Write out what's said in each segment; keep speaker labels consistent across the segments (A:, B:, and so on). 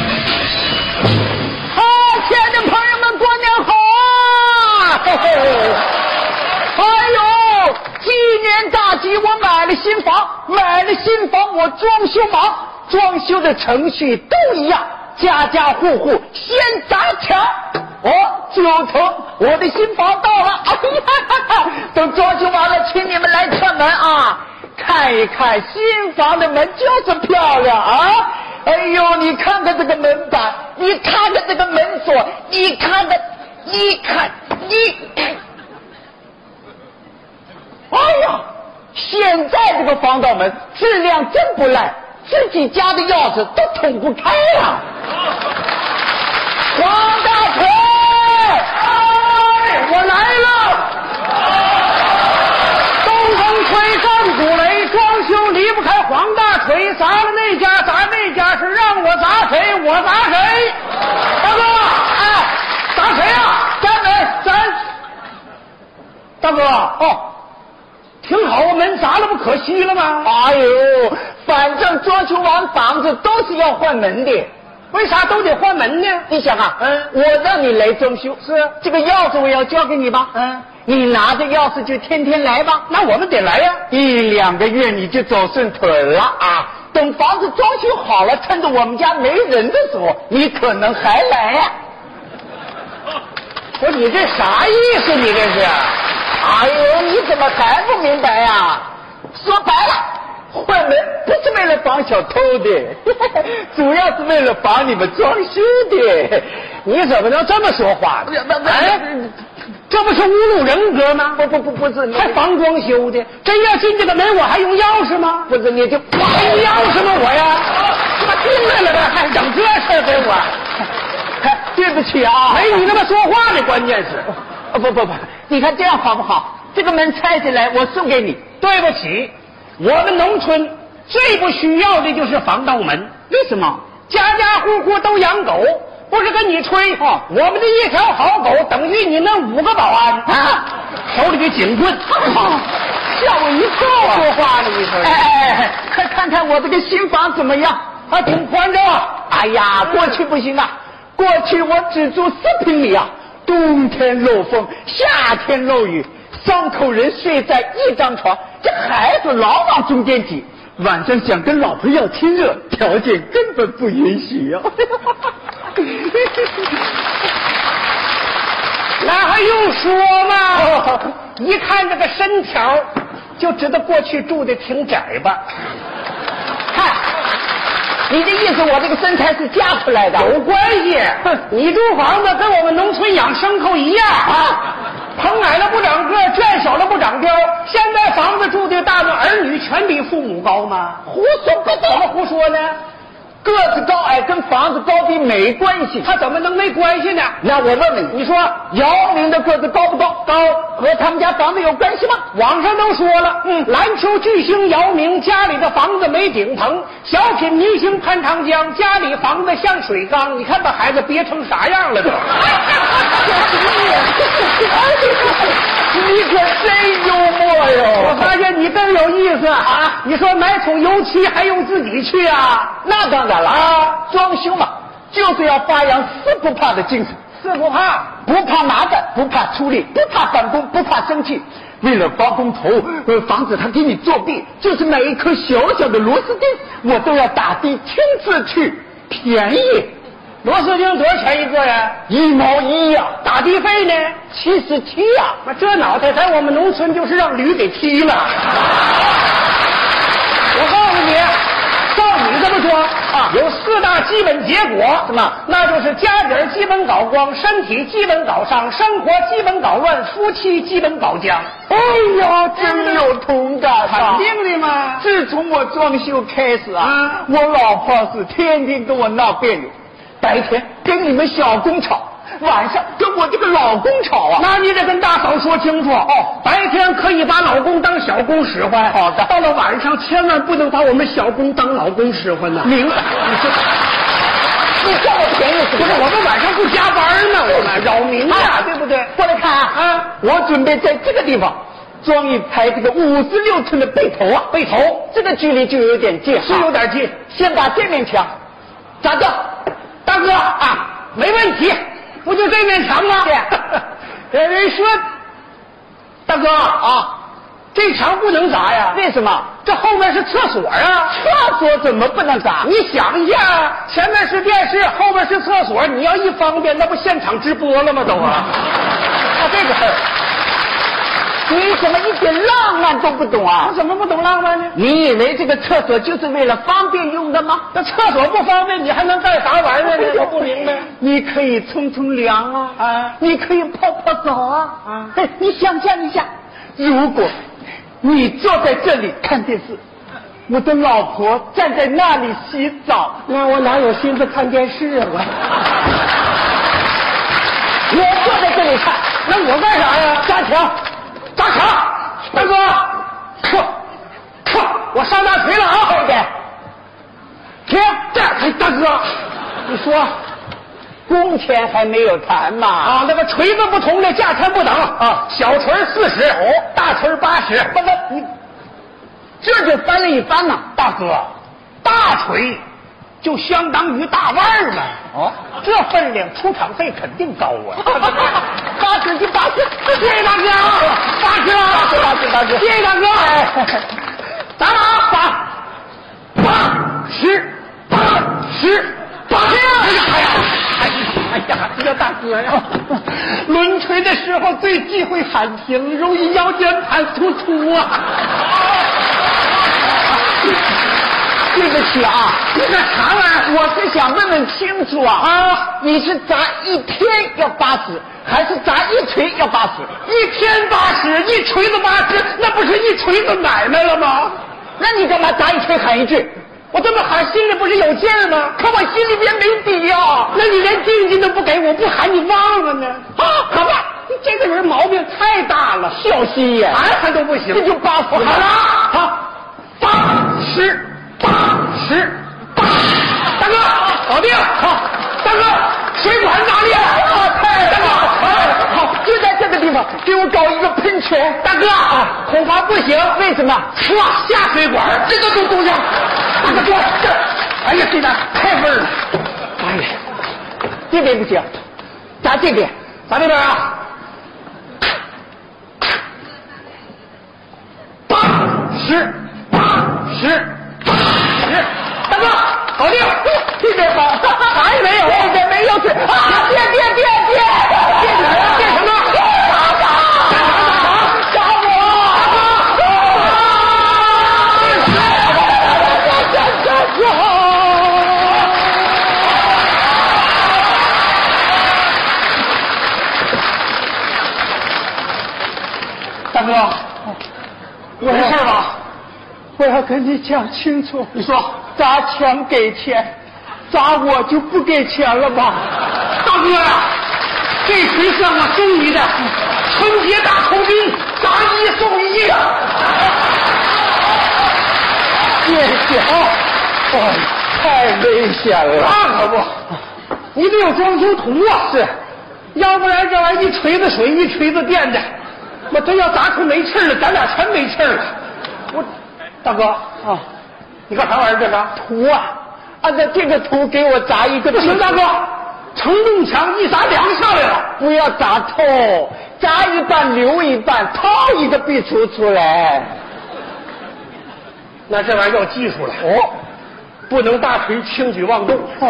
A: 啊哎年大吉，我买了新房，买了新房，我装修忙，装修的程序都一样，家家户户先砸墙。哦，九层，我的新房到了，哎呀， 哈哈等装修完了，请你们来串门啊，看一看新房的门就是漂亮啊。哎呦，你看看这个门板，你看看这个门锁，你看看，你看，你。哎呀，现在这个防盗门质量真不赖，自己家的钥匙都捅不开呀、黄大腿，哎，我来了。
B: 东风吹战鼓擂，装修离不开黄大锤，砸了那家，砸那家，是让我砸谁，我砸谁。
A: 大哥，哎，砸谁呀、
B: 啊
A: 咱门，咱
B: 大哥，
A: 哦。
B: 挺好，我门砸了不可惜了吗？
A: 哎呦，反正装修完房子都是要换门的。
B: 为啥都得换门呢？
A: 你想啊，
B: 嗯
A: 我让你来装修，
B: 是
A: 这个钥匙我要交给你吧，
B: 嗯，
A: 你拿着钥匙就天天来吧，
B: 那我们得来呀、
A: 一两个月你就走顺腿儿了啊。等房子装修好了，趁着我们家没人的时候，你可能还来呀、
B: 不是你这啥意思？你这是？
A: 哎呦，你怎么还不明白呀、说白了，换门不是为了防小偷的， 主要是为了防你们装修的。
B: 你怎么能这么说话呢？哎，这不是侮辱人格吗？
A: 不不不，不是你，
B: 还防装修的，真要进这个门，我还用钥匙吗？
A: 不是你就
B: 我还用钥匙吗？我呀，他妈进来了呗，还整这事儿 给我？
A: 对不起啊，
B: 没你那么说话呢，关键是。
A: 啊不不不，你看这样好不好？这个门拆下来，我送给你。
B: 对不起，我们农村最不需要的就是防盗门，
A: 为什么？
B: 家家户户都养狗，不是跟你吹
A: 哦
B: 我们这一条好狗等于你那五个保安
A: 啊，哦
B: 手里的警棍。
A: 吓我一跳啊！
B: 说话呢你说
A: 哎哎哎，快看看我这个新房怎么样？
B: 啊，挺宽敞啊，
A: 哎呀，过去不行啊，过去我只住四平米啊，冬天漏风，夏天漏雨，三口人睡在一张床，这孩子老往中间挤，晚上想跟老婆要亲热，条件根本不允许呀、
B: 那还用说吗？ 一看这个身条，就知道过去住的挺窄吧。
A: 嗨，你的意思我这个身材是嫁出来的？
B: 有关系
A: 哼，
B: 你住房子跟我们农村养牲口一样
A: 啊
B: 啊，棚矮了不长个儿，圈小了不长膘。现在房子住的大了，儿女全比父母高吗？
A: 胡说八
B: 怎么
A: 道！
B: 胡说呢？
A: 个子高矮跟房子高低没关系。
B: 他怎么能没关系呢？
A: 那我问问你，
B: 你说
A: 姚明的个子高不高？
B: 高
A: 和他们家房子有关系吗？
B: 网上都说了，
A: 嗯
B: 篮球巨星姚明家里的房子没顶棚，小品明星潘长江家里房子像水缸，你看把孩子憋成啥 样了都。
A: 你可真幽默
B: 我
A: 哟！
B: 发现你更有意思啊！你说买桶油漆还用自己去啊？
A: 那当然了啊，装修嘛，就是要发扬四不怕的精神，
B: 是不怕？
A: 不怕麻烦，不怕出力，不怕返工，不怕生气。为了包工头，呃，防止他给你作弊，就是买一颗小小的螺丝钉，我都要打的亲自去，便宜
B: 螺丝钉多少钱一个呀？
A: 一毛一呀、
B: 打的费呢？
A: 七十七呀。
B: 妈，这脑袋在我们农村就是让驴给踢了。我告诉你，照你这么说
A: 啊
B: 有四大基本结果，
A: 什么
B: 那就是家底儿基本搞光，身体基本搞伤，生活基本搞乱，夫妻基本搞僵。
A: 哎呀，真有同感啊！
B: 肯定的嘛。
A: 自从我装修开始啊
B: 啊，
A: 我老婆是天天跟我闹别扭，白天跟你们小工吵，晚上跟我这个老公吵啊。
B: 那你得跟大嫂说清楚
A: 哦
B: 白天可以把老公当小公使唤，
A: 好的
B: 到了晚上千万不能把我们小公当老公使唤呐。
A: 明白？你说，你占我便宜什么
B: 不是，我们晚上不加班呢，我们扰民呀、
A: 哎
B: 对不对？
A: 过来看啊！
B: 啊
A: 我准备在这个地方装一排这个五十六寸的背头啊，
B: 背头
A: 这个距离就有点近，啊
B: 是有。点近，
A: 先把这面墙砸掉，
B: 大哥啊，没问题，不就 这面墙吗？
A: 对
B: 人人说，大哥啊，
A: 啊，这墙不能砸呀，
B: 为什么？
A: 这后面是厕所啊。
B: 厕所怎么不能砸？
A: 你想一下，前面是电视，后面是厕所，你要一方便，那不现场直播了吗？都 啊，
B: 啊，这个事儿你怎么一点浪漫都不懂
A: 我
B: 啊？
A: 怎么不懂浪漫呢？
B: 你以为这个厕所就是为了方便用的吗？
A: 那厕所不方便，你还能干啥玩意儿呢？我不明白。
B: 你可以冲冲凉啊，
A: 啊
B: 你可以泡泡澡啊，
A: 啊
B: 哎，你想象一下，如果你坐在这里看电视，我的老婆站在那里洗澡，
A: 那我哪有心思看电视啊？我
B: 我坐在这里看，
A: 那我干啥呀？
B: 加强，
A: 大强，大哥，嚯嚯，我上大锤了啊！
B: 对不对？
A: 停，这哎，大哥，你说
B: 工钱还没有谈嘛？啊，
A: 啊，那个锤子不同的价钱不等啊，小锤四十，大锤八十。
B: 哦不不，你这就翻了一番呐，
A: 大哥，大锤就相当于大腕儿了。
B: 哦，
A: 这分量出场费肯定高啊！
B: 八十就八十，
A: 谢谢大哥啊，大哥啊，
B: 大哥大哥大哥
A: 谢谢大哥，哎，咱们啊，八八十八十八十，哎呀哎呀哎呀，这大哥呀，抡锤的时候最忌讳喊停，容易腰间盘突出啊。
B: 对不起啊，
A: 你干啥玩意儿？
B: 我是想问问清楚
A: 我
B: 啊，
A: 啊，
B: 你是砸一天要八十，还是砸一锤要八十？
A: 一天八十，一锤子八十，那不是一锤子买卖了吗？
B: 那你干嘛砸一锤喊一句？
A: 我这么喊，心里不是有劲儿吗？
B: 可我心里边没底呀、
A: 那你连定金都不给我，不喊你忘了呢？
B: 啊
A: 好吧，你这个人毛病太大了，
B: 小心眼，
A: 喊喊都不行。啊
B: 这就八
A: 好
B: 十啊
A: 了，好，八十八十八，大哥，搞定，好，大哥，水管哪里？
B: 啊，太
A: 大哥，
B: 了！
A: 好，
B: 好，就在这个地方给我搞一个喷泉。
A: 大哥啊，恐怕不行，
B: 为什么？
A: 唰下水管，这都都东西，大哥，这，哎呀，这哪太味儿了，哎呀。
B: 这边不行，砸这边。
A: 咱这边啊，八十八十八十，大哥，搞定，
B: 这边好，
A: 啥也哎没有
B: 这边没有水啊！别别别别！
A: 变什么变什么
B: 打打打打我！
A: 大哥，我的事儿吧，
B: 我要跟哎你讲清楚，
A: 你说，
B: 砸墙给钱，砸我就不给钱了吧？
A: 大哥呀，这回算我送你的春节大酬宾，砸一送一啊！
B: 谢谢啊！哦，太危险了。
A: 那可不，你得有装修图啊。是，要不然这玩意儿一锤子水一锤子电的，我真要砸出没气儿了，咱俩全没气儿了。我，大哥，
B: 啊，
A: 你干啥玩意儿这个？
B: 图啊，按照这个图给我砸一个。
A: 不行，大哥，承重墙一砸梁上来了。
B: 不要砸透，砸一半留一半，掏一个壁橱出来。
A: 那这玩意儿要技术了，
B: 哦，
A: 不能大锤轻举妄动，
B: 哦，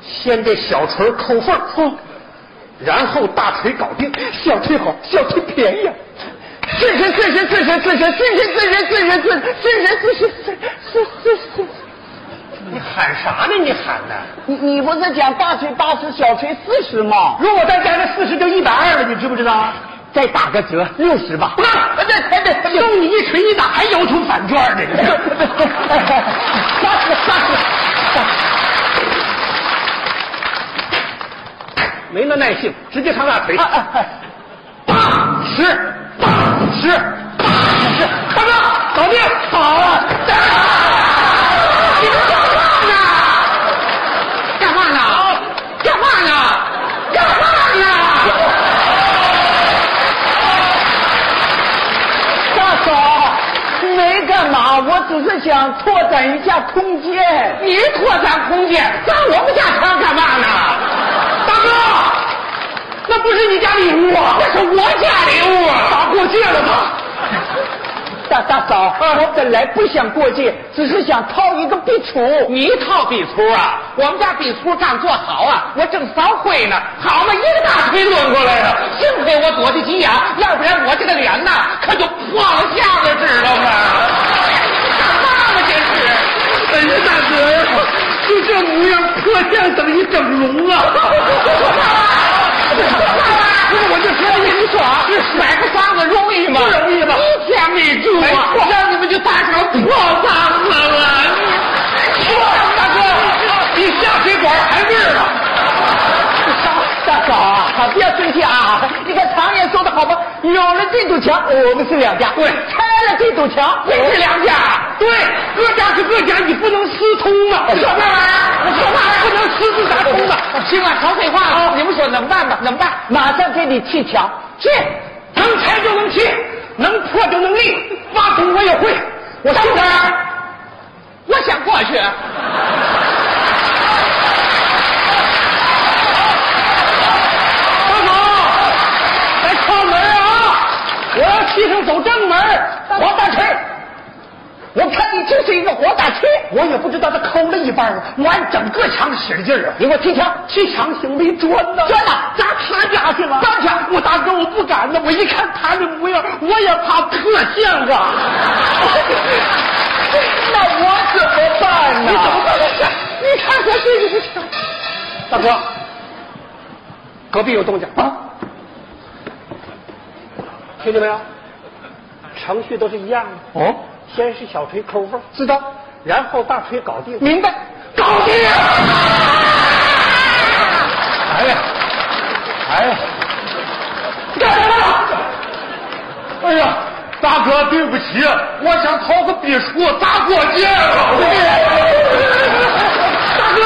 A: 先这小锤抠缝儿，
B: 哦，
A: 然后大锤搞定。
B: 小崔好，小崔便宜啊。顺神顺神顺神顺神顺神顺神顺神顺顺神顺神顺顺顺顺。
A: 你喊啥呢？你喊呢？
B: 你你不是讲大锤八十，小锤四十吗？
A: 如果再加上四十，就一百二了，你知不知道？
B: 再打个折，六十吧。
A: 不干
B: 对对对对
A: 送你一锤一打，还摇出反转呢。
B: 杀死杀死杀死！
A: 没那耐性，直接上大腿。
B: 啊啊啊
A: 八十，八十，八十，大哥，搞定，好啊！你们干嘛呢？干嘛呢？干嘛呢？干嘛呢？
B: 大嫂，没干嘛，我只是想拓展一下空间。
A: 你拓展空间，砸我们家墙干嘛呢？大哥，那不是你家里屋啊，那是我家里屋啊，打过界了吧？
B: 大大嫂，我本来不想过界，只是想套一个壁橱。
A: 你套壁粗啊？我们家壁粗干做好啊，我正扫灰呢，好嘛，一个大锤抡过来了，幸亏我躲得急眼，要不然我这个脸呐，可就破了相了，知道吗？干嘛呢？这是，
C: 本事大哥哎呀，就这模样，破相等于整容啊！
A: 不是，我就说你，你说啊，买个房子容易吗？
C: 不容易吧
A: 一天没住
C: 没
A: 啊，
C: 错
A: 让你们就打成破房子了。大哥，比下水管还味儿呢。
B: 大嫂啊，不要生气啊！你看常言说的好吧，有了这堵墙，我们是两家；
A: 对
B: 拆了这堵墙，
A: 这是两家，对，各家是各家，你不能私通啊！什么玩意儿？什么玩意儿？不能私自打通啊！行了，少废话了，你们说怎么办吧？怎么办？
B: 马上给你砌墙。
A: 去，能拆就能砌，能破就能立，挖土我也会。我等会儿，我想过去。大嫂，来敲啊门啊！我要砌上走正门，王大锤。
B: 我看你就是一个活大缺，
A: 我也不知道他抠了一半儿，我按整个墙使劲啊！
B: 你给我砌墙。
A: 砌墙行没砖呢？
B: 砖呐
A: 砸他家去了。
B: 当然
A: 我大哥我不敢呢，我一看他这模样，我也怕破相 啊。
B: 那我怎么办呢？
A: 你怎么办呢
B: 你看我这堵墙，
A: 大哥，隔壁有动静啊！听见没有？程序都是一样的，
B: 哦，
A: 先是小锤抠缝，
B: 知道，
A: 然后大锤搞定。
B: 明白，
A: 搞定！哎呀，哎呀，干什么？哎呀，大哥，对不起，我想掏个笔触砸过界 了。大哥，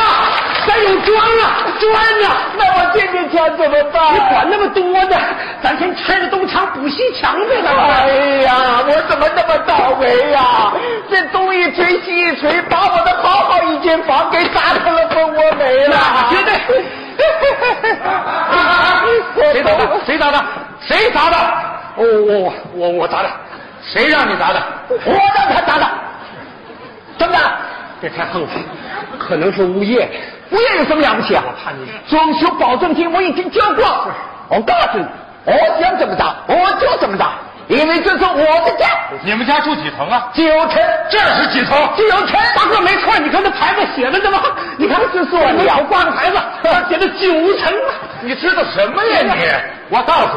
A: 咱有砖啊，砖啊！
B: 那我这面墙怎么办？
A: 你管那么多呢？咱先拆了东墙补西墙呗，咱们。
B: 哎呀，我怎么那么倒霉呀、这东一锤西一锤，把我的好好一间房给砸成了蜂窝煤了。
A: 那绝 对
B: 哦
A: 谁砸的？谁砸的？谁砸的？哦，我我我砸的。谁让你砸的？
B: 我让他砸的，怎么的？
A: 这太横了，可能是物业。
B: 物业有什么了不起啊？
A: 我怕你
B: 装修保证金我已经交过，我告诉你，我想怎么砸我就怎么砸，因为这是我的家。
A: 你们家住几层啊？
B: 九成，
A: 这是几层？
B: 九成，
A: 大哥没错，你看这牌子写的这么，你看
B: 这是我
A: 门
B: 家
A: 口挂个牌子，上写的九层。你知道什么呀嗯你？我告诉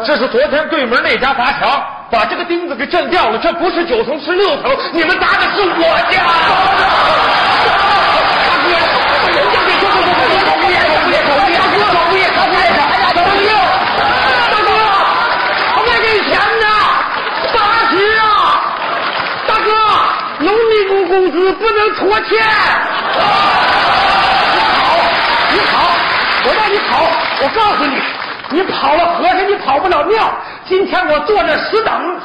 A: 你，这是昨天对门那家砸墙，把这个钉子给震掉了，这不是九层是六层，你们砸的是我家。农民工工资不能拖欠。你跑，我让你跑，我告诉你，你跑了和尚，你跑不了庙。今天我坐这死等，